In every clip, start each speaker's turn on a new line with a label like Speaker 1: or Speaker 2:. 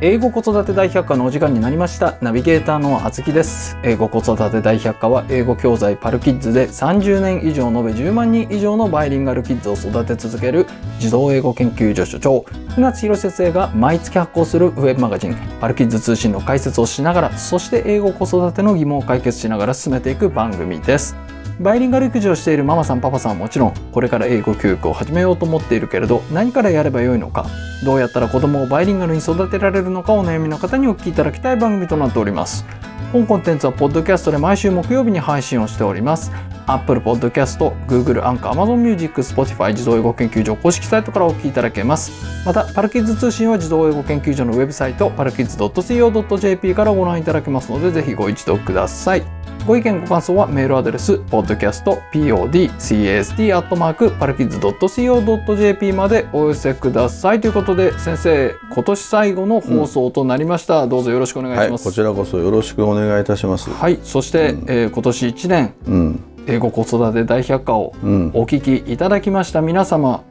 Speaker 1: 英語子育て大百科のお時間になりましたナビゲーターのあずきです英語子育て大百科は英語教材パルキッズで30年以上延べ10万人以上のバイリンガルキッズを育て続ける児童英語研究所所長船津博先生が毎月発行するウェブマガジンパルキッズ通信の解説をしながらそして英語子育ての疑問を解決しながら進めていく番組ですバイリンガル育児をしているママさんパパさんはもちろんこれから英語教育を始めようと思っているけれど何からやればよいのかどうやったら子供をバイリンガルに育てられるのかお悩みの方にお聞きいただきたい番組となっております本コンテンツはポッドキャストで毎週木曜日に配信をしております Apple Podcast、Google アンカー、Amazon Music、Spotify 児童英語研究所公式サイトからお聞きいただけますまたパルキッズ通信は児童英語研究所のウェブサイトパルキッズ .co.jp からご覧いただけますのでぜひご一読くださいご意見ご感想はメールアドレス podcastpodcast.co.jp までお寄せくださいということで先生今年最後の放送となりました、どうぞよろしくお願い
Speaker 2: は
Speaker 1: し
Speaker 2: い、
Speaker 1: ま
Speaker 2: こ
Speaker 1: す
Speaker 2: ちらこそよろしくお願いいたします。
Speaker 1: はい、そして、えー今年1年
Speaker 2: うん、
Speaker 1: 英語子育て大百科を
Speaker 2: うん、
Speaker 1: お聞きいただきました皆様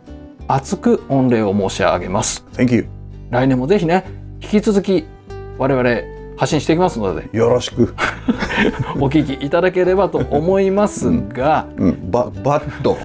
Speaker 1: 厚く御礼を申し上げます
Speaker 2: Thank you。
Speaker 1: 来年もぜひね引き続き我々発信していきますの で
Speaker 2: よろしく。
Speaker 1: お聞きいただければと思いますが、
Speaker 2: うん、ば、ばっと。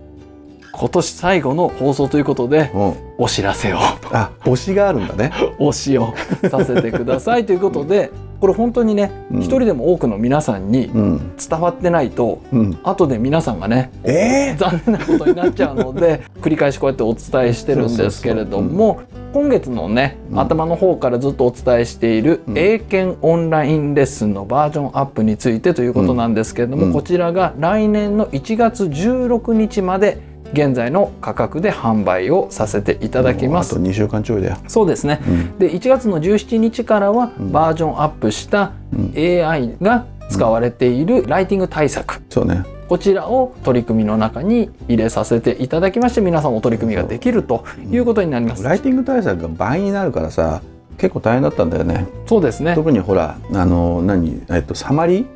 Speaker 1: 今年最後の放送ということで
Speaker 2: うん、
Speaker 1: お知らせ を
Speaker 2: あ、推しがあるんだ ね。
Speaker 1: おしをさせてくださいということでこれ本当にね
Speaker 2: うん
Speaker 1: 一人でも多くの皆さんに
Speaker 2: うん、
Speaker 1: 伝わってないと
Speaker 2: うん。
Speaker 1: 後で皆さんがね
Speaker 2: ええ
Speaker 1: 残念なことになっちゃうので繰り返しこうやってお伝えしてるんですけれども今月のね、
Speaker 2: うん
Speaker 1: 頭の方からずっとお伝えしている
Speaker 2: う
Speaker 1: 「
Speaker 2: ん
Speaker 1: 英検オンラインレッスン」のバージョンアップについてということなんですけれども、
Speaker 2: うん
Speaker 1: こちらが来年の1月16日まで現在の価格で販売をさせていただきま
Speaker 2: も
Speaker 1: す
Speaker 2: うあ。と二週間ちょいだよ。
Speaker 1: そうですね
Speaker 2: うん、
Speaker 1: で1月の17日からは
Speaker 2: うん
Speaker 1: バージョンアップした
Speaker 2: うん
Speaker 1: AI が使われているライティング対策、
Speaker 2: そうね。
Speaker 1: こちらを取り組みの中に入れさせていただきまして皆さんお取り組みができるということになります。
Speaker 2: ライティング対策が倍になるからさ。結構大変だったんだよね。
Speaker 1: そうですね。
Speaker 2: 特にほら、あの、何、えっと、サマリ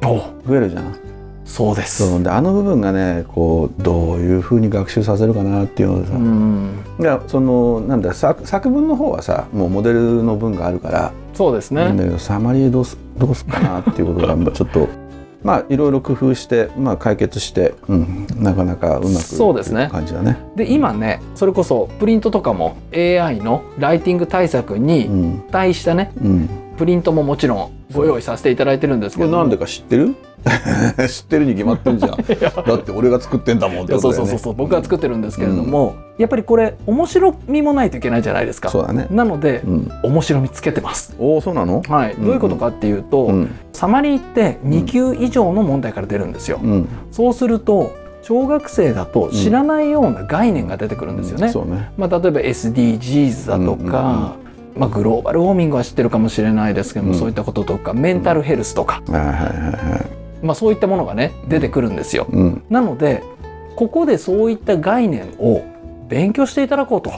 Speaker 2: ー
Speaker 1: お
Speaker 2: 増えるじゃん。
Speaker 1: そうで
Speaker 2: そ
Speaker 1: す。
Speaker 2: う、で、あの部分がね、こう、どういう風に学習させるかなっていうのでさ。
Speaker 1: うん、
Speaker 2: がそのなんだ作作文の方はさもうモデルの文があるから
Speaker 1: そうです
Speaker 2: いいんだ
Speaker 1: ね。
Speaker 2: けどサマリーどうすどうすっかなっていうことがまあちょっと まあいろいろ工夫して、まあ、解決して、うん、なかなかうまく
Speaker 1: そうですね
Speaker 2: いく感じだね。
Speaker 1: で今ねそれこそプリントとかも AI のライティング対策
Speaker 2: う
Speaker 1: に
Speaker 2: ん
Speaker 1: 対したね
Speaker 2: うん、
Speaker 1: プリントももちろんご用意させていただいてるんです
Speaker 2: こ
Speaker 1: け
Speaker 2: れ
Speaker 1: ど
Speaker 2: なんでか知ってる 知ってるに決まってんじゃん。だって俺が作ってんだもんっ
Speaker 1: い
Speaker 2: て
Speaker 1: やそ
Speaker 2: こと
Speaker 1: う
Speaker 2: だ
Speaker 1: そ
Speaker 2: よ
Speaker 1: うそう
Speaker 2: ね。
Speaker 1: そう僕が作ってるんですけれども、やっぱりこれ面白みもないといけないじゃないですか。
Speaker 2: そうだね。
Speaker 1: なので
Speaker 2: うん、
Speaker 1: 面白みつけてます。
Speaker 2: おおそうなの、
Speaker 1: はい、
Speaker 2: うん
Speaker 1: どういうことかっていうと、
Speaker 2: うん
Speaker 1: サマリーって2級以上の問題から出るんですよ、
Speaker 2: うん、
Speaker 1: そうすると小学生だと知らないような概念が出てくるんですよね、
Speaker 2: そうね。
Speaker 1: まあ、例えば SDGs だとか、まあ、グローバルウォーミングは知ってるかもしれないですけども、
Speaker 2: うん
Speaker 1: そういったこととかメンタルヘルスとか、
Speaker 2: はいはいはいはい。
Speaker 1: まあ、そういったものがね出てくるんですよ、
Speaker 2: うん、
Speaker 1: なのでここでそういった概念を勉強していただこうと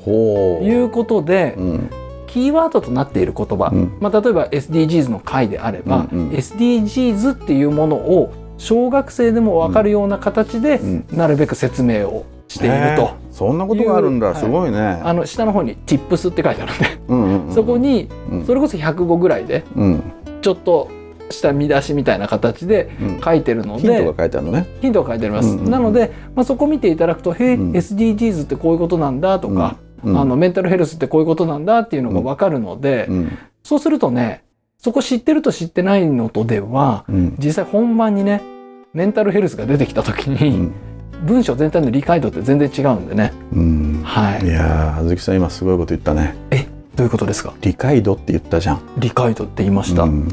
Speaker 2: ほう。
Speaker 1: いうことで、
Speaker 2: うん
Speaker 1: キーワードとなっている言葉、
Speaker 2: うん
Speaker 1: まあ、例えば SDGs の回であれば、
Speaker 2: うんうん
Speaker 1: SDGs っていうものを小学生でも分かるような形で
Speaker 2: うん
Speaker 1: なるべく説明をしていると
Speaker 2: へ、えそんなことがあるん
Speaker 1: い
Speaker 2: だ
Speaker 1: う
Speaker 2: すごいね、
Speaker 1: あの下の方に「Tips」って書いてあるんで、
Speaker 2: うんうんうん
Speaker 1: そこ、に
Speaker 2: うん
Speaker 1: それこそ105ぐらいで
Speaker 2: うん
Speaker 1: ちょっとした見出しみたいな形で
Speaker 2: うん、
Speaker 1: 書いてるの
Speaker 2: ヒン
Speaker 1: で
Speaker 2: トが書いてあるのね
Speaker 1: ヒントが書いてあります、
Speaker 2: うんうんうん
Speaker 1: なので、まあ、そこ見ていただくと「へえ
Speaker 2: うん
Speaker 1: SDGs ってこういうことなんだ」とか、
Speaker 2: うん
Speaker 1: あの「メンタルヘルスってこういうことなんだ」っていうのが分かるので、
Speaker 2: うん
Speaker 1: そうするとね、そこ知ってると知ってないのとでは、
Speaker 2: うん
Speaker 1: 実際本番にね、メンタルヘルスが出てきた時
Speaker 2: う
Speaker 1: に、
Speaker 2: ん
Speaker 1: 文章全体の理解度って全然違うんでね。
Speaker 2: うん
Speaker 1: はいい。
Speaker 2: やーあずきさん今すごいこと言ったね
Speaker 1: どういうことですか
Speaker 2: 理解度って言ったじゃん、
Speaker 1: 理解度って言いました。
Speaker 2: うん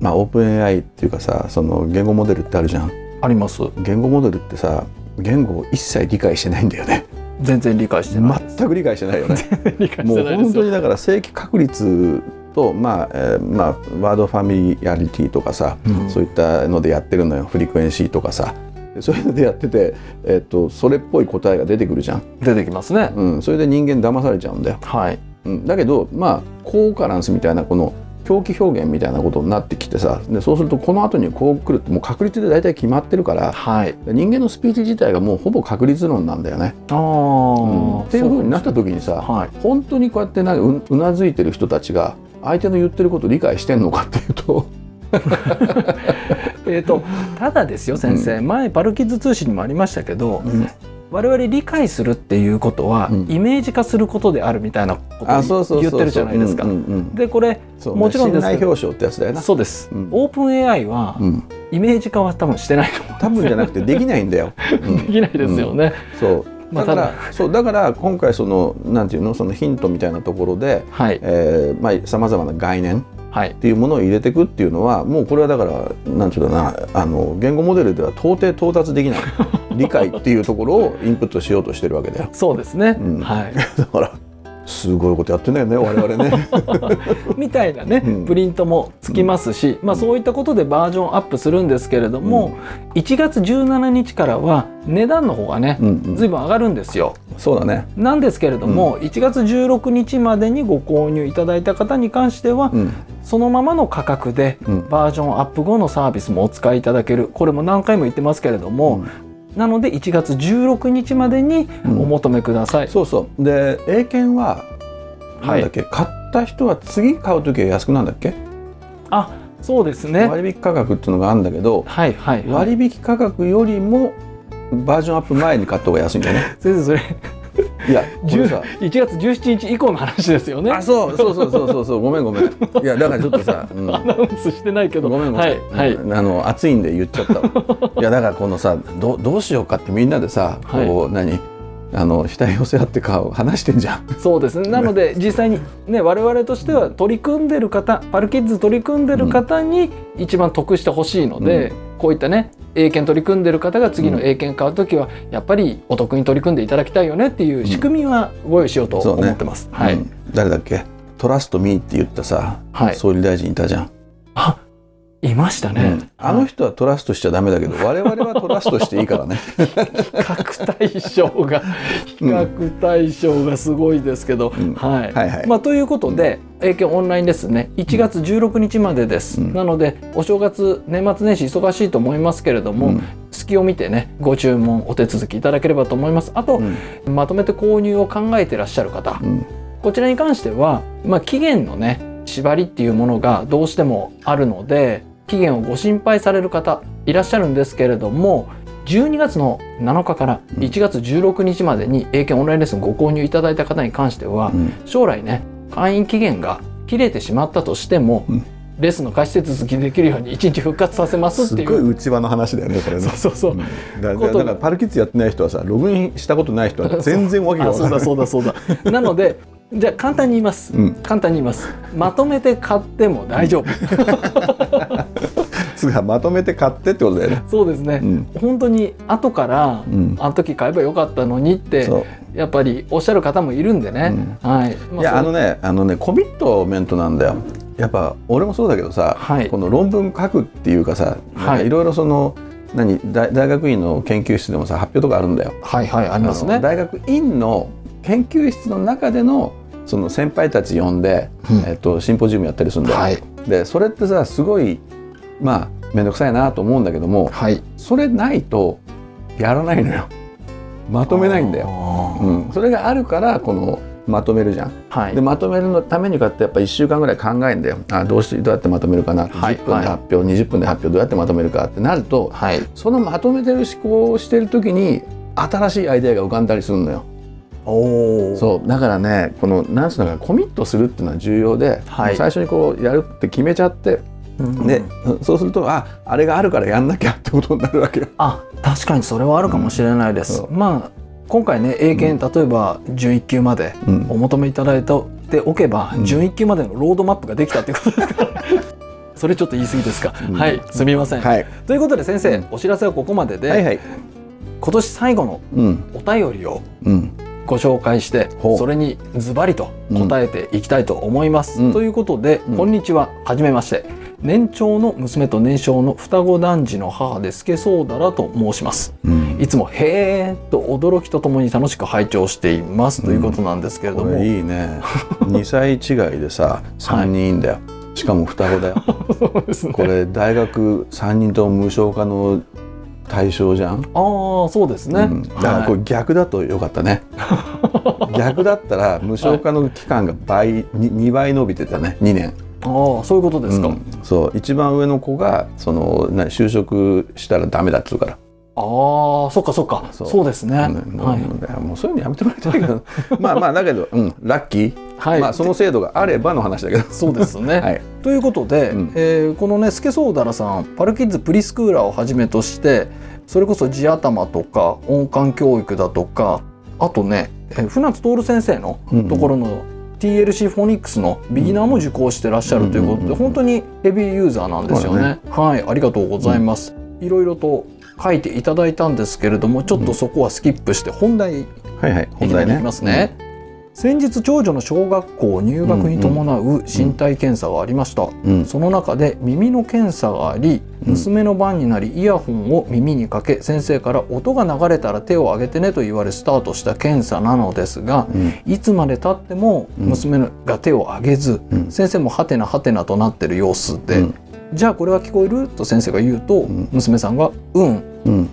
Speaker 2: まあオープン AI っていうかさその言語モデルってあるじゃん
Speaker 1: あります。
Speaker 2: 言語モデルってさ言語を一切理解してないんだよね
Speaker 1: 全然理解してないです。
Speaker 2: 全く理解してないよね
Speaker 1: 理解し
Speaker 2: も
Speaker 1: て
Speaker 2: う
Speaker 1: ないで
Speaker 2: 本
Speaker 1: す
Speaker 2: 当に
Speaker 1: よ。
Speaker 2: だから正規確率とまあ、えーまあワードファミリアリティとかさ、
Speaker 1: うん
Speaker 2: そういったのでやってるのよフリクエンシーとかさでそういうのでやってて、えっとそれっぽい答えが出てくるじゃん、
Speaker 1: 出てきますね。
Speaker 2: うん、それで人間騙されちゃうんだよ、
Speaker 1: はい。
Speaker 2: うん、だけどまあ高カランスみたいなこの狂気表現みたいなことになってきてさでそうするとこの後にこう来るってもう確率で大体決まってるから
Speaker 1: はい
Speaker 2: で人間のスピーチ自体がもうほぼ確率論なんだよね。
Speaker 1: あ
Speaker 2: うん
Speaker 1: あ
Speaker 2: っていうふうになった時にさ
Speaker 1: はい
Speaker 2: 本当にこうやってなううなずいてる人たちが相手の言ってることを理解してんのかっていうと
Speaker 1: えー、 とただですよ先生、前パルキッズ通信にもありましたけど、
Speaker 2: うん
Speaker 1: 我々理解するっていうことは、
Speaker 2: うん
Speaker 1: イメージ化することであるみたいなこと
Speaker 2: あそう
Speaker 1: を
Speaker 2: そうそ
Speaker 1: 言っ
Speaker 2: うそう
Speaker 1: てるじゃないですか
Speaker 2: うん。うんうん
Speaker 1: でこれ
Speaker 2: そうね
Speaker 1: もちろんですけど
Speaker 2: 信頼表彰ってやつだよな。
Speaker 1: そうです、
Speaker 2: うん
Speaker 1: オープン AI は、
Speaker 2: うん、
Speaker 1: イメージ化は多分してないと思
Speaker 2: 多分じゃなくてできないんだ よ。うん
Speaker 1: うできないですよね。
Speaker 2: そう
Speaker 1: まあ
Speaker 2: だから、そうだから今回そのなんていうのそのヒントみたいなところで
Speaker 1: はい
Speaker 2: えーまあさまざまな概念っ
Speaker 1: はい
Speaker 2: ていうものを入れていくっていうのはもうこれはだからなんていうのかなあの言語モデルでは到底到達 できない理解っていうところをインプットしようとしてるわけだよ
Speaker 1: そうですね、
Speaker 2: うん
Speaker 1: はい
Speaker 2: だからすごいことやってんだよね我 々ね
Speaker 1: みたいなね、
Speaker 2: うん
Speaker 1: プリントもつきますし、まあ、そういったことでバージョンアップするんですけれども、1月17日からは値段の方がね
Speaker 2: うん、う
Speaker 1: 随分上がるんですよ。
Speaker 2: ん、そうだね
Speaker 1: なんですけれども、1月16日までにご購入いただいた方に関しては、
Speaker 2: うん
Speaker 1: そのままの価格で
Speaker 2: うん
Speaker 1: バージョンアップ後のサービスもお使いいただけるこれも何回も言ってますけれども、なので1月16日までにお
Speaker 2: うん
Speaker 1: 求めください、
Speaker 2: そうそうで英検はなんだっけ、買った人は次買う時は安くなんだっけ
Speaker 1: あそうですね
Speaker 2: 割引価格っていうのがあるんだけど
Speaker 1: はいはい、はい、
Speaker 2: 割引価格よりもバージョンアップ前に買った方が安いんだよ ね。
Speaker 1: 先生それ
Speaker 2: いや、これさ。
Speaker 1: 1月17日以降の話ですよね
Speaker 2: あ、そう、そうそうそうそうそう、ごめんご めん。いや、だからちょっとさ、うん、
Speaker 1: アナウンスしてないけど
Speaker 2: ごめんごめ
Speaker 1: は
Speaker 2: ん、
Speaker 1: いはい、
Speaker 2: うんあの暑いんで言っちゃったわ。いや、だからこのさ、どうどうしようかってみんなでさ、こう、何。あの額寄せ合ってか話してんじゃん。
Speaker 1: そうですねなので実際にね我々としては取り組んでる方パルキッズ取り組んでる方に一番得してほしいので、こういったね英検取り組んでる方が次の英検買う時はやっぱりお得に取り組んでいただきたいよねっていう仕組みはご用意しようと
Speaker 2: そうね
Speaker 1: 思ってます。はい、
Speaker 2: うん誰だっけ？トラストミーって言ったさ、
Speaker 1: はい
Speaker 2: 総理大臣いたじゃん。
Speaker 1: あいました
Speaker 2: う
Speaker 1: ね
Speaker 2: ん。あの
Speaker 1: はい
Speaker 2: 人はトラストしちゃダメだけど、我々はトラストしてい いからね。
Speaker 1: 比較対象が比較対象がすごいですけど、
Speaker 2: うん
Speaker 1: はい。
Speaker 2: はいはい。
Speaker 1: まあ、ということで、英検オンラインですね1月16日までです、
Speaker 2: うん
Speaker 1: なのでお正月年末年始忙しいと思いますけれども、
Speaker 2: うん
Speaker 1: 隙を見てねご注文お手続きいただければと思いますあと、
Speaker 2: うん
Speaker 1: まとめて購入を考えてらっしゃる方、
Speaker 2: うん
Speaker 1: こちらに関しては、まあ、期限のね縛りっていうものがどうしてもあるので期限をご心配される方いらっしゃるんですけれども12月の7日から1月16日までに英検オンラインレッスンご購入いただいた方に関しては、
Speaker 2: うん
Speaker 1: 将来ね会員期限が切れてしまったとしても、
Speaker 2: うん
Speaker 1: レッスンの貸し手続きできるように一日復活させますっていう
Speaker 2: すっごい内輪の話だよねこれね
Speaker 1: そうそうそう、
Speaker 2: うんだ
Speaker 1: こ
Speaker 2: だ
Speaker 1: と
Speaker 2: だからパルキッズやってない人 はさログインしたことない人は全然わけが
Speaker 1: あ
Speaker 2: わ
Speaker 1: そうん
Speaker 2: かな
Speaker 1: だ
Speaker 2: い
Speaker 1: そうだそうだ なのでじゃあ簡単に言います、
Speaker 2: うん
Speaker 1: 簡単に言いますまとめて買っても大丈夫、
Speaker 2: つがまとめて買ってってことだよね
Speaker 1: そうですね、
Speaker 2: うん
Speaker 1: 本当に後から、
Speaker 2: うん
Speaker 1: あの時買えばよかったのにって
Speaker 2: そう
Speaker 1: やっぱりおっしゃる方もいるんでね、はい、ま
Speaker 2: いやあ
Speaker 1: そ
Speaker 2: の
Speaker 1: う
Speaker 2: ねあのねコミットメントなんだよやっぱ俺もそうだけどさ、
Speaker 1: はい
Speaker 2: この論文書くっていうかさなん
Speaker 1: は
Speaker 2: か
Speaker 1: い
Speaker 2: いろいろその何大大学院の研究室でもさ発表とかあるんだよ
Speaker 1: はいはいあります
Speaker 2: あ
Speaker 1: ね
Speaker 2: の大学院の研究室の中でのその先輩たち呼んで、
Speaker 1: うん
Speaker 2: えっと、シンポジウムやったりするんだよ、
Speaker 1: はい
Speaker 2: でそれってさすごいまあ面倒くさいなと思うんだけども
Speaker 1: はい
Speaker 2: それないとやらないのよまとめないんだよ、
Speaker 1: よ
Speaker 2: うん、それがあるからこのまとめるじゃん
Speaker 1: はい
Speaker 2: でまとめるのためにこうやってやっぱ1週間ぐらい考えるんだよあどうしてどうやってまとめるかな、
Speaker 1: はい
Speaker 2: 10分で発表、20分で発表どうやってまとめるかってなると
Speaker 1: はい
Speaker 2: そのまとめてる思考をしてる時に新しいアイデアが浮かんだりするのよ
Speaker 1: おお
Speaker 2: そうだからねこのなんつうのかなコミットするっていうのは重要で、
Speaker 1: はい
Speaker 2: 最初にこうやるって決めちゃって
Speaker 1: うん
Speaker 2: で、そうするとああれがあるからやんなきゃ ってことになるわけよ。
Speaker 1: あ確かにそれはあるかもしれないです、
Speaker 2: う
Speaker 1: まあ今回ね英検、例えば11級まで
Speaker 2: うん
Speaker 1: お求めいただいておけば、
Speaker 2: うん
Speaker 1: 11級までのロードマップができたってことですから それちょっと言い過ぎですか、
Speaker 2: うん
Speaker 1: はいすみません、
Speaker 2: はい、
Speaker 1: ということで先生、
Speaker 2: うん
Speaker 1: お知らせはここまでで、
Speaker 2: はいはい。
Speaker 1: 今年最後の
Speaker 2: うん
Speaker 1: お便りを
Speaker 2: うん
Speaker 1: ご紹介して
Speaker 2: ほう
Speaker 1: それにズバリと答えていきたいと思います、
Speaker 2: うん
Speaker 1: ということで、
Speaker 2: うん
Speaker 1: こんにちははじめまして年長の娘と年少の双子男児の母でスケソーダラと申します
Speaker 2: うん。
Speaker 1: いつも「へーと驚きとともに楽しく拝聴していますということなんですけれど
Speaker 2: こ
Speaker 1: も、
Speaker 2: れいいね。二歳違いでさ、三人いんだよ。しかも双子だよ
Speaker 1: そうですね
Speaker 2: こ れ大学3人とも無償化の対象じゃん、
Speaker 1: ああそうですね、
Speaker 2: うん、だからこれ逆だとよかった ね逆だったら無償化の期間が倍、に2倍伸びてたね2年
Speaker 1: ああそういうことですか、
Speaker 2: うんそう一番上の子がその何就職したらダメだっつうから
Speaker 1: ああそっかそっか
Speaker 2: そ
Speaker 1: そううですね、
Speaker 2: うん
Speaker 1: はい、
Speaker 2: もうそういうのやめてもらいたいけど まあまあだけど、うん、ラッキー、
Speaker 1: はい
Speaker 2: まあ、その制度があればの話だけど
Speaker 1: そうですね、
Speaker 2: はい
Speaker 1: ということで、
Speaker 2: うん
Speaker 1: えーこのねスケソウダラさんパルキッズプリスクーラーをはじめとしてそれこそ地頭とか音感教育だとかあとね、えー船津徹先生の
Speaker 2: うんうん
Speaker 1: ところの TLC フォニックスのビギナーも受講してらっしゃるということで、
Speaker 2: うんうんうんうん
Speaker 1: 本当にヘビーユーザーなんですよね。はい、ありがとうございます。いろいろと書いていただいたんですけれども、ちょっとそこはスキップして本題
Speaker 2: はいはい
Speaker 1: い
Speaker 2: 本
Speaker 1: きな
Speaker 2: 題
Speaker 1: りい
Speaker 2: ね
Speaker 1: きますね、先日長女の小学校入学に伴う身体検査がありました、
Speaker 2: うん
Speaker 1: その中で耳の検査があり
Speaker 2: うん
Speaker 1: 娘の番になりイヤホンを耳にかけ先生から音が流れたら手を挙げてねと言われスタートした検査なのですが
Speaker 2: うん
Speaker 1: いつまでたっても
Speaker 2: うん
Speaker 1: 娘が手を挙げず、
Speaker 2: うん
Speaker 1: 先生もハテナハテナとなってる様子で、
Speaker 2: うん
Speaker 1: じゃあこれは聞こえると先生が言うと、
Speaker 2: ん
Speaker 1: 娘さんが「うん」
Speaker 2: うん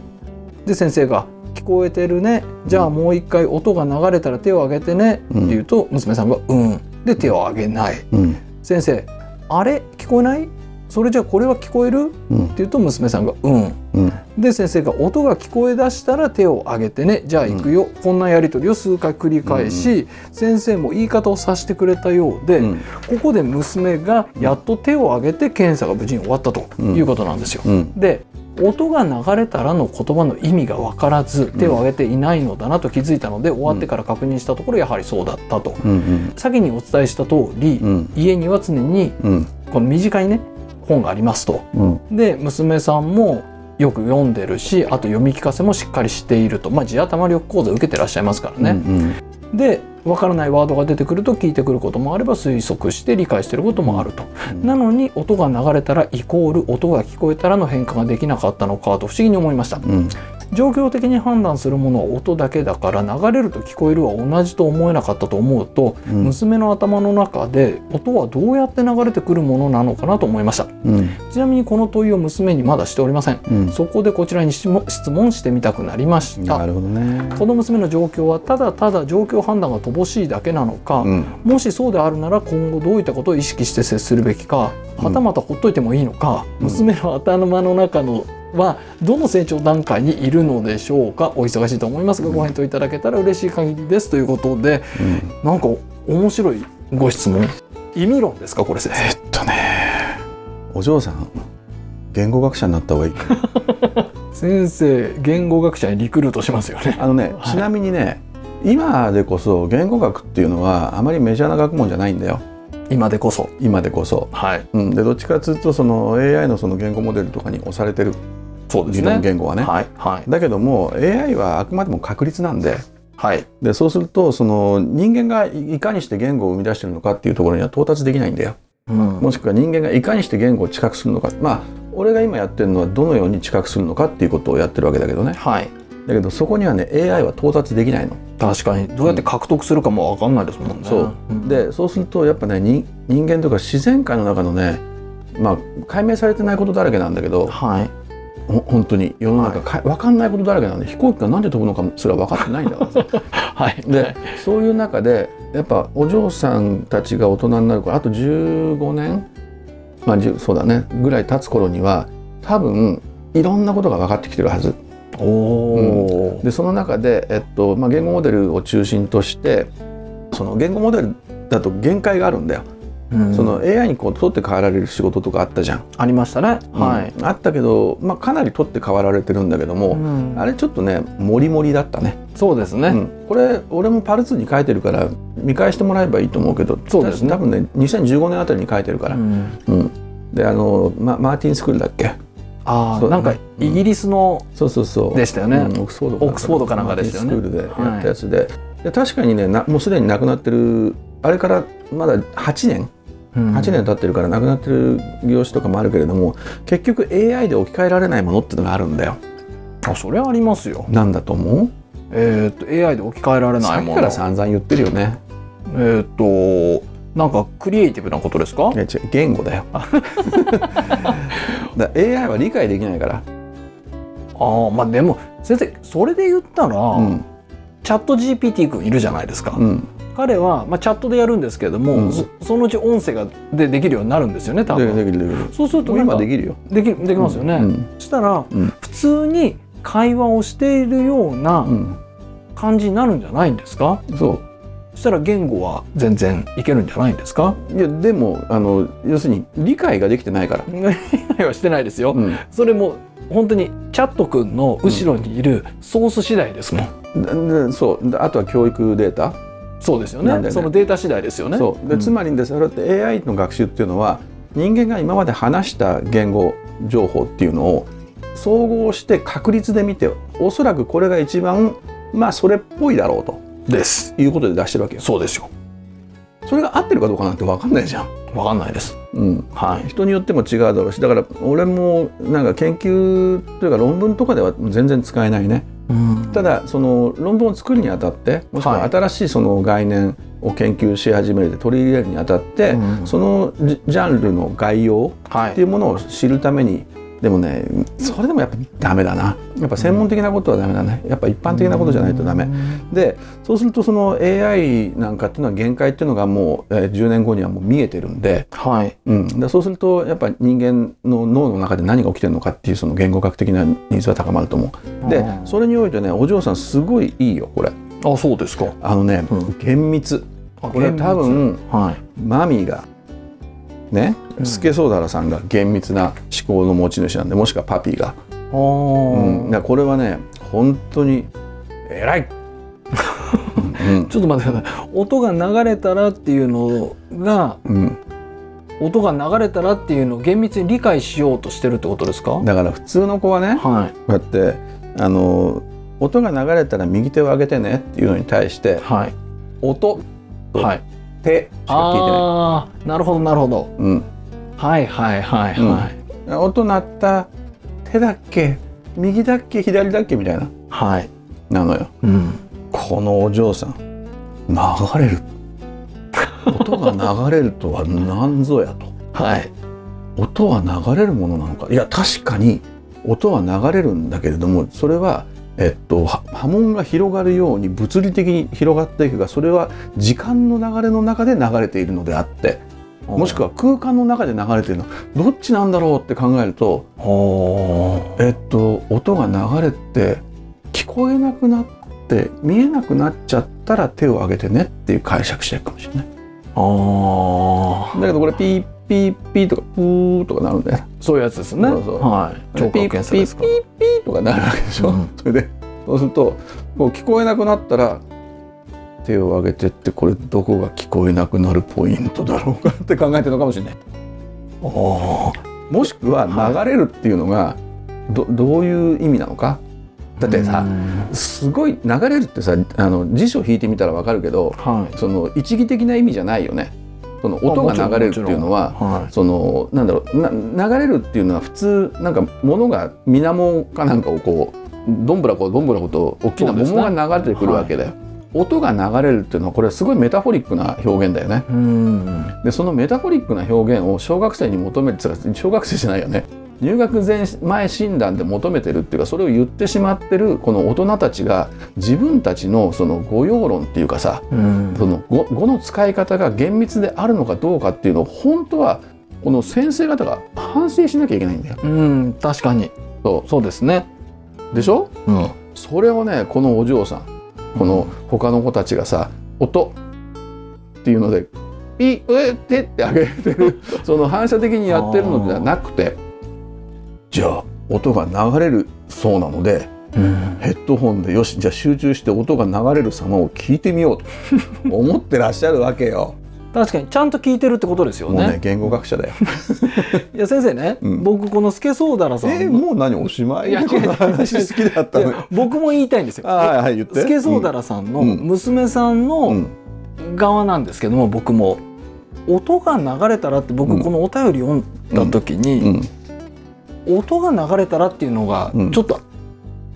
Speaker 1: で先生が「聞こえてるねじゃあもう一回音が流れたら手を挙げてね」
Speaker 2: うん
Speaker 1: って言うと娘さんが「うん」で手を挙げない
Speaker 2: うん
Speaker 1: 先生「あれ聞こえないそれじゃあこれは聞こえる?」って
Speaker 2: うん
Speaker 1: 言うと娘さんが「うん
Speaker 2: うん」
Speaker 1: で先生が「音が聞こえだしたら手を挙げてねじゃあ行くよ」こんなやり取りを数回繰り返し先生も言い方を察してくれたようで、
Speaker 2: うん
Speaker 1: ここで娘がやっと手を挙げて検査が無事に終わったということなんですよ。
Speaker 2: うん
Speaker 1: で音が流れたらの言葉の意味が分からず手を挙げていないのだなと気づいたので、終わってから確認したところやはりそうだったと、
Speaker 2: うん
Speaker 1: 先にお伝えした通り、
Speaker 2: うん
Speaker 1: 家には常に
Speaker 2: うん
Speaker 1: この身近にね本がありますと
Speaker 2: うん
Speaker 1: で娘さんもよく読んでるしあと読み聞かせもしっかりしているとまあ地頭力講座受けてらっしゃいますからね、
Speaker 2: うん
Speaker 1: で分からないワードが出てくると聞いてくることもあれば推測して理解してることもあると、
Speaker 2: うん
Speaker 1: なのに音が流れたらイコール音が聞こえたらの変化ができなかったのかと不思議に思いました
Speaker 2: うん
Speaker 1: 状況的に判断するものは音だけだから流れると聞こえるは同じと思えなかったと思うと、
Speaker 2: うん
Speaker 1: 娘の頭の中で音はどうやって流れてくるものなのかなと思いました
Speaker 2: うん
Speaker 1: ちなみにこの問いを娘にまだしておりません
Speaker 2: うん
Speaker 1: そこでこちらに質問質問してみたくなりました
Speaker 2: なるほどね
Speaker 1: この娘の状況はただただ状況判断が乏しいだけなのか、
Speaker 2: うん
Speaker 1: もしそうであるなら今後どういったことを意識して接するべきか
Speaker 2: うん
Speaker 1: はたまたほっといてもいいのか、
Speaker 2: うん
Speaker 1: 娘の頭の中のはどの成長段階にいるのでしょうかお忙しいと思いますがご返答いただけたら嬉しい限りですということで
Speaker 2: うん
Speaker 1: なんか面白いご質問意味論ですかこれ先生
Speaker 2: えっとねお嬢さん言語学者になった方がいい
Speaker 1: 先生言語学者にリクルートしますよね
Speaker 2: あのね、ちなみにね今でこそ言語学っていうのはあまりメジャーな学問じゃないんだよ
Speaker 1: 今でこそ
Speaker 2: 今でこそ。
Speaker 1: はい
Speaker 2: うん、でどっちかというとその AI のその言語モデルとかに押されてる
Speaker 1: そうです
Speaker 2: 理
Speaker 1: ね
Speaker 2: 論言語はね。
Speaker 1: はいはい
Speaker 2: だけども AI はあくまでも確率なんで
Speaker 1: はい
Speaker 2: でそうするとその人間がいいかにして言語を生み出してるのかっていうところには到達できないんだよ。
Speaker 1: うん
Speaker 2: もしくは人間がいかにして言語を知覚するのかまあ俺が今やってるのはどのように知覚するのかっていうことをやってるわけだけどね
Speaker 1: はい
Speaker 2: だけどそこにはね AI は到達できないの。
Speaker 1: 確かにどうやって獲得するかもわかんないですもんね
Speaker 2: そう、
Speaker 1: ん
Speaker 2: でそうするとやっぱね人人間とか自然界の中のねまあ解明されてないことだらけなんだけど
Speaker 1: はい
Speaker 2: ほ本当に世の中か、分かんないことだらけなんで飛行機がなんで飛ぶのかもすら分かってないんだからさ
Speaker 1: はい
Speaker 2: でそういう中でやっぱお嬢さんたちが大人になるからあと15年まあ10そうだねぐらい経つ頃には多分いろんなことが分かってきてるはず
Speaker 1: おおー、
Speaker 2: でその中で、えっとまあ、言語モデルを中心としてその言語モデルだと限界があるんだよ。
Speaker 1: うん
Speaker 2: その AI にこう取って代わられる仕事とかあったじゃん、
Speaker 1: ありましたね、はい、
Speaker 2: うんあったけど、まあ、かなり取って代わられてるんだけども、
Speaker 1: うん
Speaker 2: あれちょっとねモリモリだったね、
Speaker 1: そうですね、
Speaker 2: うんこれ俺もパルツに書いてるから見返してもらえばいいと思うけど
Speaker 1: そうですね
Speaker 2: 多分ね2015年あたりに書いてるから、
Speaker 1: う
Speaker 2: うん
Speaker 1: ん
Speaker 2: であの、ま、マーティン・スクールだっけ
Speaker 1: あ
Speaker 2: そ
Speaker 1: あ
Speaker 2: うだ
Speaker 1: なん
Speaker 2: ね
Speaker 1: かイギリスの
Speaker 2: そうそうそう
Speaker 1: でしたよね
Speaker 2: うんオックスフォード
Speaker 1: オックスフォードかなんかでしたよね
Speaker 2: マーティンスクールでやったやつで,、で確かにねなもうすでに亡くなってるあれからまだ8年8年経ってるからなくなってる業種とかもあるけれども結局 AI で置き換えられないものっていうのがあるんだよ。
Speaker 1: あそれはありますよ
Speaker 2: なんだと思う
Speaker 1: えっ、と AI で置き換えられな
Speaker 2: さっ
Speaker 1: い
Speaker 2: き
Speaker 1: も
Speaker 2: から
Speaker 1: の
Speaker 2: 散々言ってるよね。
Speaker 1: えっ、となんかクリエイティブなことですか
Speaker 2: いや違う言語だよだから AI は理解できないから、
Speaker 1: ああまあでも先生それで言ったら、
Speaker 2: うん
Speaker 1: チャット GPT 君いるじゃないですか、
Speaker 2: うん、
Speaker 1: 彼は、まあ、チャットでやるんですけれども、
Speaker 2: うん
Speaker 1: そそのうち音声がでできるようになるんですよね多
Speaker 2: でき
Speaker 1: 分
Speaker 2: るできるできる
Speaker 1: そうすると
Speaker 2: も
Speaker 1: な
Speaker 2: う
Speaker 1: んか
Speaker 2: 今できるよ
Speaker 1: できできますよね、
Speaker 2: うん
Speaker 1: そしたら、
Speaker 2: うん
Speaker 1: 普通に会話をしているような
Speaker 2: うん
Speaker 1: 感じになるんじゃないんですか、
Speaker 2: そ
Speaker 1: そしたら言語は全然いけるんじゃないんですか
Speaker 2: ういやでもあの要するに理解ができてないから、
Speaker 1: はしてないですよ、
Speaker 2: うん、
Speaker 1: それも本当にチャット君の後ろにいるソース次第ですもん、
Speaker 2: ででそうであとは教育データ、
Speaker 1: そうですよ
Speaker 2: な
Speaker 1: ね
Speaker 2: んだよ
Speaker 1: そ
Speaker 2: ね
Speaker 1: のデータ次第ですよね
Speaker 2: そうで
Speaker 1: ん
Speaker 2: つまりです、それって AI の学習っていうのは人間が今まで話した言語情報っていうのを総合して確率で見ておそらくこれが一番まあそれっぽいだろうと
Speaker 1: です
Speaker 2: いうことで出してるわけよ
Speaker 1: そうですよ
Speaker 2: それが合ってるかどうかなんて分かんないじゃん、
Speaker 1: わかんないです
Speaker 2: うん、
Speaker 1: はい
Speaker 2: 人によっても違うだろうしだから俺もなんか研究というか論文とかでは全然使えないねただその論文を作るにあたってもしくは
Speaker 1: はい
Speaker 2: 新しいその概念を研究し始めて取り入れるにあたって、
Speaker 1: うん
Speaker 2: そのジジャンルの概要
Speaker 1: はい
Speaker 2: っていうものを知るためにでもねそれでもやっぱダメだなやっぱ専門的なことはダメだねやっぱ一般的なことじゃないとダメ、でそうするとその AI なんかっていうのは限界っていうのがもう、えー10年後にはもう見えてるんで,、
Speaker 1: はい
Speaker 2: うん、でそうするとやっぱ人間の脳の中で何が起きてるのかっていうその言語学的なニーズは高まると思う。で
Speaker 1: あ
Speaker 2: それにおいてねお嬢さんすごいいいよこれ
Speaker 1: あそうですか
Speaker 2: あのね、
Speaker 1: うん
Speaker 2: 厳密これは多分
Speaker 1: はい
Speaker 2: マミーがね
Speaker 1: うん
Speaker 2: スケソーダラさんが厳密な思考の持ち主なんでもしくはパピーが、
Speaker 1: あ
Speaker 2: うん、だ
Speaker 1: ー
Speaker 2: からこれはね本当に偉い、うん
Speaker 1: ちょっと待ってください音が流れたらっていうのが
Speaker 2: うん
Speaker 1: 音が流れたらっていうのを厳密に理解しようとしてるってことですか
Speaker 2: だから普通の子はねこ
Speaker 1: は
Speaker 2: うやってあの音が流れたら右手を上げてねっていうのに対して
Speaker 1: いはい
Speaker 2: 音そう
Speaker 1: はい
Speaker 2: 手しか聞いてない。
Speaker 1: ああなるほどなるほど
Speaker 2: うん
Speaker 1: はいはいはいはい、
Speaker 2: 音鳴った手だっけ右だっけ左だっけみたいな
Speaker 1: はい、
Speaker 2: なのよ
Speaker 1: うん、
Speaker 2: このお嬢さん流れる音が流れるとは何ぞやと
Speaker 1: はい
Speaker 2: 音は流れるものなのかいや確かに音は流れるんだけれどもそれはえっとは波紋が広がるように物理的に広がっていくがそれは時間の流れの中で流れているのであってもしく
Speaker 1: は
Speaker 2: は空間の中で流れているのどっちなんだろうって考えると
Speaker 1: お
Speaker 2: えっと音が流れて聞こえなくなって見えなくなっちゃったら手を挙げてねっていう解釈してるかもしれない
Speaker 1: あ
Speaker 2: だけどこれピーピーピーとかプーとかなるんだよ
Speaker 1: そういうやつですね
Speaker 2: そうそう
Speaker 1: はい聴覚検査ですか
Speaker 2: ピーピーとかなるわけでしょ、
Speaker 1: うん
Speaker 2: それでそうするとこう聞こえなくなったら手を挙げてってこれどこが聞こえなくなるポイントだろうかって考えてるのかもしれない
Speaker 1: お
Speaker 2: もしくは流れるっていうのがどどういう意味なのかだってさ、すごい流れるってさあの辞書引いてみたらわかるけど
Speaker 1: はい
Speaker 2: その一義的な意味じゃないよねその音が流れるっていうのは
Speaker 1: は
Speaker 2: そのなんだろうな流れるっていうのは普通なんか物が水面かなんかをこうどんぶらこどんぶらこと大きな
Speaker 1: そうですね
Speaker 2: 桃が流れてくるわけだよ。音が流れるっていうのはこれはすごいメタフォリックな表現だよね。
Speaker 1: いうん
Speaker 2: でそのメタフォリックな表現を小学生に求めるっていうか小学生じゃないよね入学前前診断で求めてるっていうかそれを言ってしまってるこの大人たちが自分たちのその御用論っていうかさ
Speaker 1: うん
Speaker 2: その語語の使い方が厳密であるのかどうかっていうのを本当はこの先生方が反省しなきゃいけないんだよ。
Speaker 1: うん確かに
Speaker 2: そ
Speaker 1: そうですね
Speaker 2: うでしょ
Speaker 1: うん
Speaker 2: それをねこのお嬢さんこの他の子たちがさ音っていうので「ピうえって」ってあげてる その反射的にやってるのではなくてじゃあ音が流れるそうなので
Speaker 1: うん
Speaker 2: ヘッドホンでよしじゃあ集中して音が流れる様を聞いてみようと 思ってらっしゃるわけよ。
Speaker 1: 確かにちゃんと聞いてるってことですよ
Speaker 2: もうね
Speaker 1: ね
Speaker 2: 言語学者 だよ。
Speaker 1: いや先生ね
Speaker 2: うん
Speaker 1: 僕このスケソーダラさん
Speaker 2: え
Speaker 1: の
Speaker 2: もう何おしまい
Speaker 1: いや
Speaker 2: この話好きだった
Speaker 1: い
Speaker 2: のに。
Speaker 1: や僕も言いたいんですよ
Speaker 2: あはいはい言って。
Speaker 1: スケソーダラさんの
Speaker 2: うん
Speaker 1: 娘さん
Speaker 2: うんう
Speaker 1: の
Speaker 2: ん
Speaker 1: 側なんですけども僕も音が流れたらって
Speaker 2: う
Speaker 1: 僕
Speaker 2: ん
Speaker 1: このお便り読んだ時
Speaker 2: う
Speaker 1: に
Speaker 2: ん
Speaker 1: 音が流れたらっていうのが
Speaker 2: うん
Speaker 1: ちょっと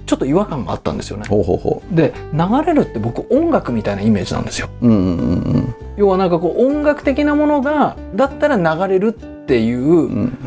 Speaker 1: ちょっと違和感があったんですよね。
Speaker 2: ほうほうほ
Speaker 1: で流れるって僕音楽みたいなイメージなんですよ。
Speaker 2: う。うんうんうん
Speaker 1: 要はなんかこう音楽的なものがだったら流れるっていう
Speaker 2: うん。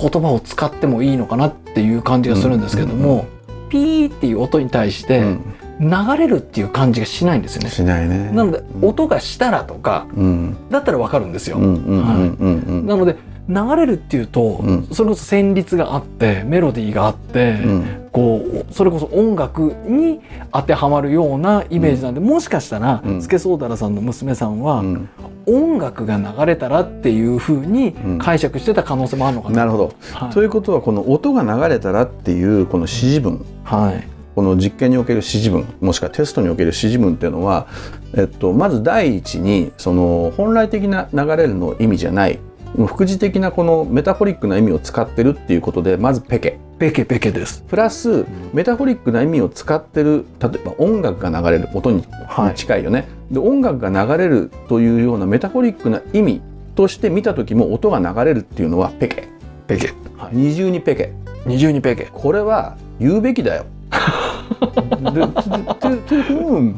Speaker 1: 言葉を使ってもいいのかなっていう感じがするんですけども、ピーっていう音に対し
Speaker 2: う
Speaker 1: て
Speaker 2: ん
Speaker 1: 流れるっていう感じがしないんですよね。
Speaker 2: しないね。
Speaker 1: なので
Speaker 2: うん
Speaker 1: 音がしたらとか
Speaker 2: うん
Speaker 1: だったらわかるんですよ
Speaker 2: う。んうんうんうんうん。
Speaker 1: なので流れるっていうと、
Speaker 2: うん
Speaker 1: それこそ旋律があってメロディーがあって、
Speaker 2: うん
Speaker 1: こうそれこそ音楽に当てはまるようなイメージなんで、もしかしたら、
Speaker 2: うん
Speaker 1: スケソーダラさんの娘さんは、
Speaker 2: うん
Speaker 1: 音楽が流れたらっていう風に
Speaker 2: ん
Speaker 1: 解釈してた可能性もあるのかな。
Speaker 2: なるほど。
Speaker 1: はい
Speaker 2: ということはこの音が流れたらっていうこの指示文
Speaker 1: はい
Speaker 2: この実験における指示文もしくはテストにおける指示文っていうのは、えっと、まず第一にその本来的な流れるの意味じゃない副次的なこのメタフォリックな意味を使ってるっていうことでまずペケ
Speaker 1: ペケペケです。
Speaker 2: プラスメタフォリックな意味を使ってる例えば音楽が流れる音に
Speaker 1: はい
Speaker 2: に近いよね、で音楽が流れるというようなメタフォリックな意味として見た時も音が流れるっていうのはペケ
Speaker 1: ペケ。はい。
Speaker 2: 二重にペケ
Speaker 1: 二重にペケ。
Speaker 2: これは言うべき だよ。でてててうん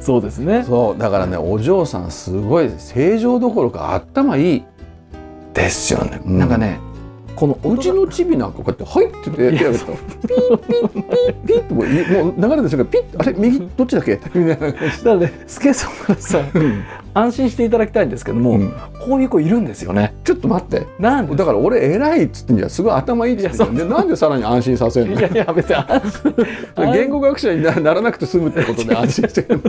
Speaker 1: そうですね。
Speaker 2: そうだからねお嬢さんすごい正常どころか頭いい
Speaker 1: ですよね。
Speaker 2: うん
Speaker 1: なんかねこの音
Speaker 2: う
Speaker 1: が
Speaker 2: ちのチビなんかこうやって入ってて
Speaker 1: いや
Speaker 2: 手挙げたらピッピッピッピッってもういもう流れてするからピッあれ右どっちだっけみたいな感じ
Speaker 1: なのでスケソーダラ さん安心していただきたいんですけども、
Speaker 2: うん
Speaker 1: こういう子いるんですよね。
Speaker 2: ちょっと待って
Speaker 1: なんで
Speaker 2: だから俺偉いっつってんじゃんすごい頭いいっつってんじゃんでなんでさらに安心させる
Speaker 1: いやいや別に安
Speaker 2: の
Speaker 1: 心
Speaker 2: 言語学者になならなくて済むってことで安心してる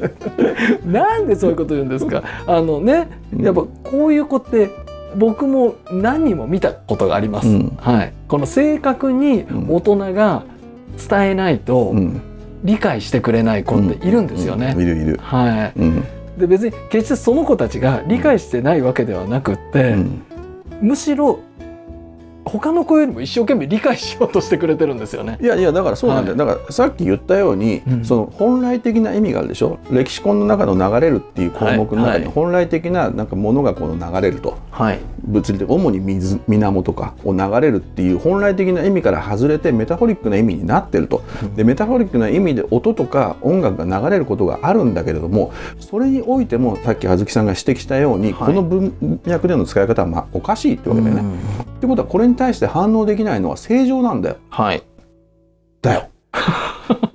Speaker 1: なんでそういうこと言うんですかあのね
Speaker 2: うん
Speaker 1: やっぱこういう子って僕も何人も見たことがあります、
Speaker 2: うん
Speaker 1: はい、この正確に大人が伝えないと
Speaker 2: うん
Speaker 1: 理解してくれない子っているんですよね、
Speaker 2: うんいるいる
Speaker 1: は
Speaker 2: うん
Speaker 1: い、で別に決してその子たちが理解してないわけではなくって、
Speaker 2: うん
Speaker 1: むしろ他の子よりも一生懸命理解しようとしてくれてるんですよね。
Speaker 2: いやいやだからそうなんだよ、だからさっき言ったように、
Speaker 1: うん
Speaker 2: その本来的な意味があるでしょ歴史婚の中の流れるっていう項目の
Speaker 1: はい
Speaker 2: 中
Speaker 1: はい
Speaker 2: に本来的ななんかものがこの流れると
Speaker 1: はい、
Speaker 2: 物理的主に水源とかを流れるっていう本来的な意味から外れてメタフォリックな意味になってるとでメタフォリックな意味で音とか音楽が流れることがあるんだけれどもそれにおいてもさっき葉月さんが指摘したよう
Speaker 1: は
Speaker 2: に、
Speaker 1: い
Speaker 2: この文脈での使い方はまあおかしいってわけだよね。ってことはこれに対して反応できないのは正常なんだよ。
Speaker 1: はい
Speaker 2: だ よ。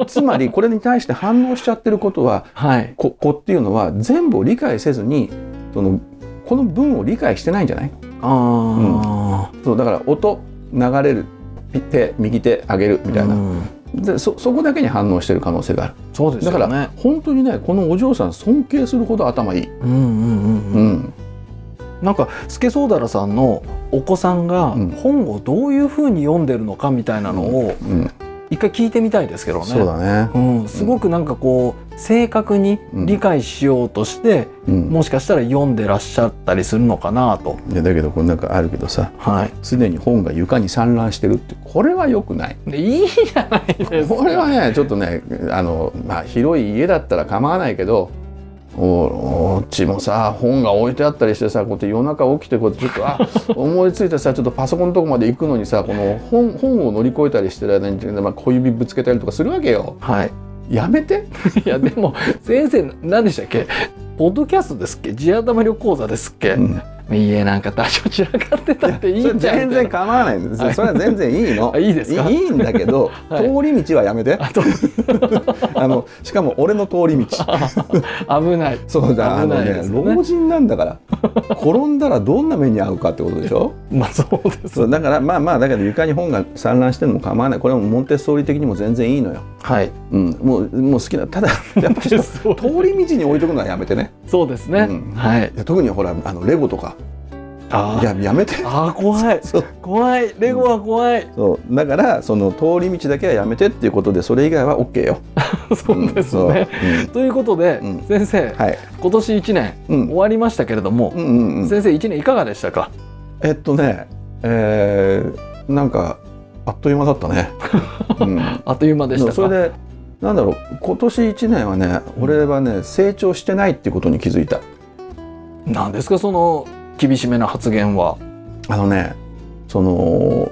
Speaker 2: つまりこれに対して反応しちゃってることは
Speaker 1: はい
Speaker 2: こ子っていうのは全部を理解せずにそのこの文を理解してないんじゃない
Speaker 1: ああ、
Speaker 2: そうだから音流れるピ手右手上げるみたいな、
Speaker 1: うん
Speaker 2: でそそこだけに反応してる可能性がある
Speaker 1: そうです
Speaker 2: だ
Speaker 1: よ
Speaker 2: か
Speaker 1: ね。
Speaker 2: ら、本当にねこのお嬢さん尊敬するほど頭いい、
Speaker 1: うんうんうんう
Speaker 2: う
Speaker 1: ん、
Speaker 2: ん、
Speaker 1: なんかスケソーダラさんのお子さんが
Speaker 2: うん
Speaker 1: 本をどういうふうに読んでるのかみたいなのを
Speaker 2: うん
Speaker 1: 一回聞いてみたいですけどね。
Speaker 2: そうだね、
Speaker 1: うん、すごくなんかこう正確に理解しようとして、
Speaker 2: うん、
Speaker 1: もしかしたら読んでらっしゃったりするのかなと。
Speaker 2: いやだけどこれなんかあるけどさ
Speaker 1: はい。
Speaker 2: すでに本が床に散乱してるってこれは良くない
Speaker 1: でいいじゃないですか。
Speaker 2: これはねちょっとねあの、まあ、広い家だったら構わないけどおおっちもさ本が置いてあったりしてさこうやって夜中起きてこうやってちょっとあ思いついてさちょっとパソコンのとこまで行くのにさこの本本を乗り越えたりしてる間に、まあ、小指ぶつけたりとかするわけよ。
Speaker 1: はい。
Speaker 2: やめて
Speaker 1: いやでも先生何でしたっけ？ポッドキャストですっけ？地頭旅講座ですっけ？いいえなんか多少散らかってたっていいじゃんみたいな。
Speaker 2: 全然構わないんですよそれは全然いいの
Speaker 1: あいいですか
Speaker 2: いいんだけど、
Speaker 1: はい
Speaker 2: 通り道はやめて
Speaker 1: あと
Speaker 2: あのしかも俺の通り道
Speaker 1: 危ない。
Speaker 2: そうだあ
Speaker 1: 危な
Speaker 2: の
Speaker 1: い
Speaker 2: ね
Speaker 1: ですね
Speaker 2: 老人なんだ から転んだらどんな目に遭うかってことでしょ
Speaker 1: まあそうです。
Speaker 2: そうだからまあまあだけど床に本が散乱してるのも構わないこれはもうモンテッソーリ的にも全然いいのよ、
Speaker 1: はい。
Speaker 2: うん、もうもう好きなた だやっぱりちょっと通り道に置いとくのはやめてね
Speaker 1: そうですね。
Speaker 2: うん
Speaker 1: はい。
Speaker 2: いや特にほらあのレゴとか
Speaker 1: あ
Speaker 2: いややめて
Speaker 1: あー怖い。
Speaker 2: そう
Speaker 1: 怖い。レゴは怖い。
Speaker 2: そうだからその通り道だけはやめてっていうことでそれ以外は OK よ、
Speaker 1: そうです
Speaker 2: ん
Speaker 1: ね。
Speaker 2: そう
Speaker 1: ということで、
Speaker 2: うん
Speaker 1: 先生、
Speaker 2: うんはい、
Speaker 1: 今年一年
Speaker 2: う
Speaker 1: 終
Speaker 2: ん
Speaker 1: わりましたけれども、
Speaker 2: うんうんうん、
Speaker 1: 先生一年いかがでしたか。
Speaker 2: えっとねえー、なんかあっという間だった ね、うん、
Speaker 1: あっという間でしたか。
Speaker 2: それでなんだろう今年1年はね俺はね成長してないっていうことに気づいた
Speaker 1: なんですかその厳しめな発言は。
Speaker 2: あのねその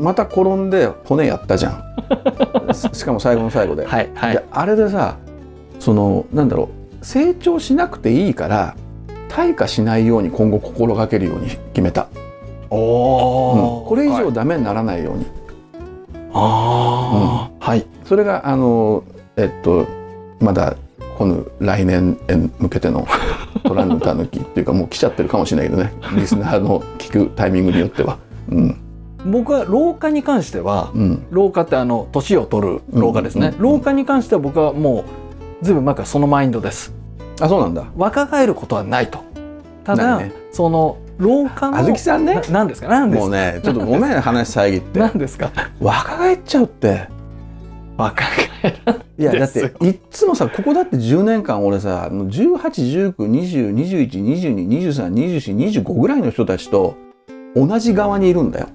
Speaker 2: また転んで骨やったじゃ んししかも最後の最後で,、
Speaker 1: はいはい
Speaker 2: であれでさそのなんだろう成長しなくていいから退化しないように今後心がけるように決めた、
Speaker 1: お
Speaker 2: うん
Speaker 1: お
Speaker 2: これ以上
Speaker 1: だ
Speaker 2: ダメにならないように、
Speaker 1: ああはい
Speaker 2: それがあのえっとまだこの来年へ向け てのトランヌタヌキっていうかもう来ちゃってるかもしれないけどねリスナーの聞くタイミングによっては。うん
Speaker 1: 僕は老化に関しては
Speaker 2: うん
Speaker 1: 老化ってあの年を取る老化ですね、
Speaker 2: うんうん
Speaker 1: 老化に関しては僕はもうずいぶん前からそのマインドです
Speaker 2: あそうなんだ。
Speaker 1: 若返ることはないとただ、
Speaker 2: ないね
Speaker 1: その老化の
Speaker 2: あずきさんね
Speaker 1: ななんですかなんで
Speaker 2: も
Speaker 1: す
Speaker 2: う
Speaker 1: か
Speaker 2: ねちょっとごめん話遮って
Speaker 1: なんですか
Speaker 2: 若返っちゃうって
Speaker 1: 若返る
Speaker 2: いやだ
Speaker 1: で
Speaker 2: っ
Speaker 1: すよ
Speaker 2: ていっつもさここだって10年間俺さ181920212222232425ぐらいの人たちと同じ側にいるんだよ、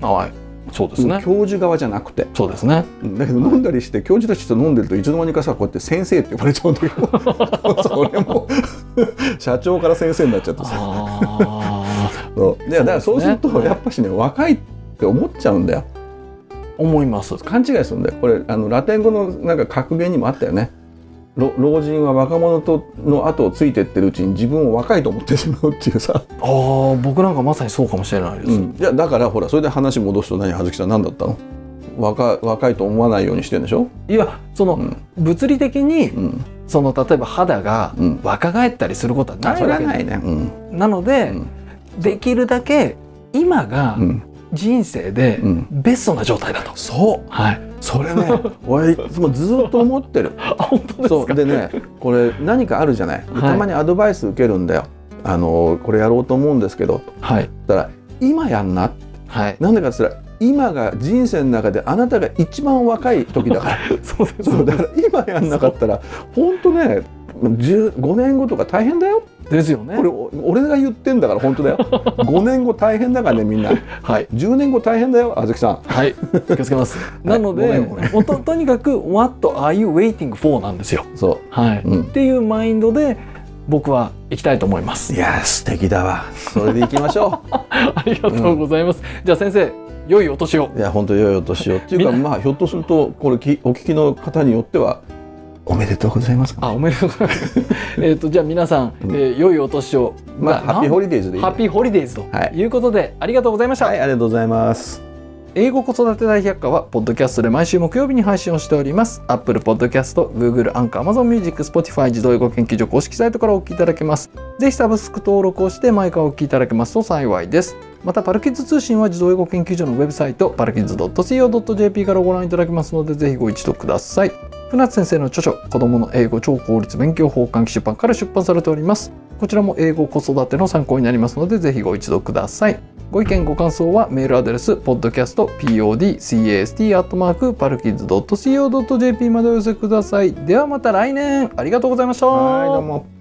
Speaker 1: はいそうですね
Speaker 2: 教授側じゃなくて
Speaker 1: そうですね
Speaker 2: だけど飲んだりして教授たちと飲んでるといつの間にかさこうやって先生って呼ばれちゃう時も それも社長から先生になっちゃってさ
Speaker 1: ああ
Speaker 2: そういやだからそうする
Speaker 1: そう
Speaker 2: と
Speaker 1: ですね
Speaker 2: やっぱしね若いって思っちゃうんだよ
Speaker 1: 思います
Speaker 2: 勘違いするんだよこれあのラテン語のなんか格言にもあったよねろ老人は若者との後をついてってるうちに自分を若いと思ってしまうっていうさ、
Speaker 1: ああ僕なんかまさにそうかもしれないです、
Speaker 2: いやだからほらそれで話戻すと何葉月さん何だったの若若いと思わないようにしてんでしょ、
Speaker 1: いやその、
Speaker 2: うん
Speaker 1: 物理的に
Speaker 2: うん
Speaker 1: その例えば肌が
Speaker 2: うん、
Speaker 1: 若返ったりすることは
Speaker 2: あ
Speaker 1: ない
Speaker 2: それ
Speaker 1: わ
Speaker 2: は
Speaker 1: け
Speaker 2: な
Speaker 1: で
Speaker 2: いね、うん
Speaker 1: なので、
Speaker 2: うん
Speaker 1: できるだけ今が
Speaker 2: うん
Speaker 1: 人生で
Speaker 2: うん
Speaker 1: ベストな状態だと、
Speaker 2: そう
Speaker 1: はい
Speaker 2: そ れね俺いつもずっと思ってる
Speaker 1: あ本当です
Speaker 2: そ
Speaker 1: か
Speaker 2: うでねこれ何かあるじゃない、
Speaker 1: はい
Speaker 2: たまにアドバイス受けるんだよあのこれやろうと思うんですけど
Speaker 1: はい
Speaker 2: だから今やんな
Speaker 1: はい
Speaker 2: なんでかって言ったら今が人生の中であなたが一番若い時だから
Speaker 1: そうです
Speaker 2: そうだから今やんなかったら本当ね5年後とか大変だよ
Speaker 1: ですよね
Speaker 2: これお俺が言ってんだから本 当だよ5年後大変だからねみんな
Speaker 1: はい
Speaker 2: 10年後大変だよあずきさん
Speaker 1: はい気をつけますなの
Speaker 2: ごめ
Speaker 1: で
Speaker 2: んごめん
Speaker 1: おととにかく「What are you waiting for?」なんですよ
Speaker 2: そ
Speaker 1: はい、
Speaker 2: う、うん
Speaker 1: っ、ていうマインドで僕は行きたいと思います
Speaker 2: いや素敵だわそれでいきましょ
Speaker 1: ありがとうございます、じゃあ先生良いお年を
Speaker 2: ういや本当良いお年をっていうか
Speaker 1: みん
Speaker 2: まあひょっとするとこれきお聞きの方によってはおめでとうございますか
Speaker 1: あおめでとうございます えっとじゃあ皆さん、えー良いお年を
Speaker 2: まあ
Speaker 1: な
Speaker 2: ハッピーホリデーズでいいね
Speaker 1: ハッピーホリデーズということで、ありがとうございました、
Speaker 2: はいありがとうございます
Speaker 1: 英語子育て大百科はポッドキャストで毎週木曜日に配信をしております Apple Podcast、Google、a n c h o r Amazon Music、Spotify 自動英語研究所公式サイトからお聞きいただけますぜひサブスク登録をして毎回お聞きいただけますと幸いですまたパルキッズ通信は自動英語研究所のウェブサイトパルキッズ .co.jp からご覧いただけますのでぜひご一読ください船津先生の著書子供の英語超効率勉強法換気出版から出版されておりますこちらも英語子育ての参考になりますのでぜひご一読くださいご意見ご感想はメールアドレス podcastpodcast.co.jp までお寄せくださいではまた来年ありがとうございました
Speaker 2: はいどうも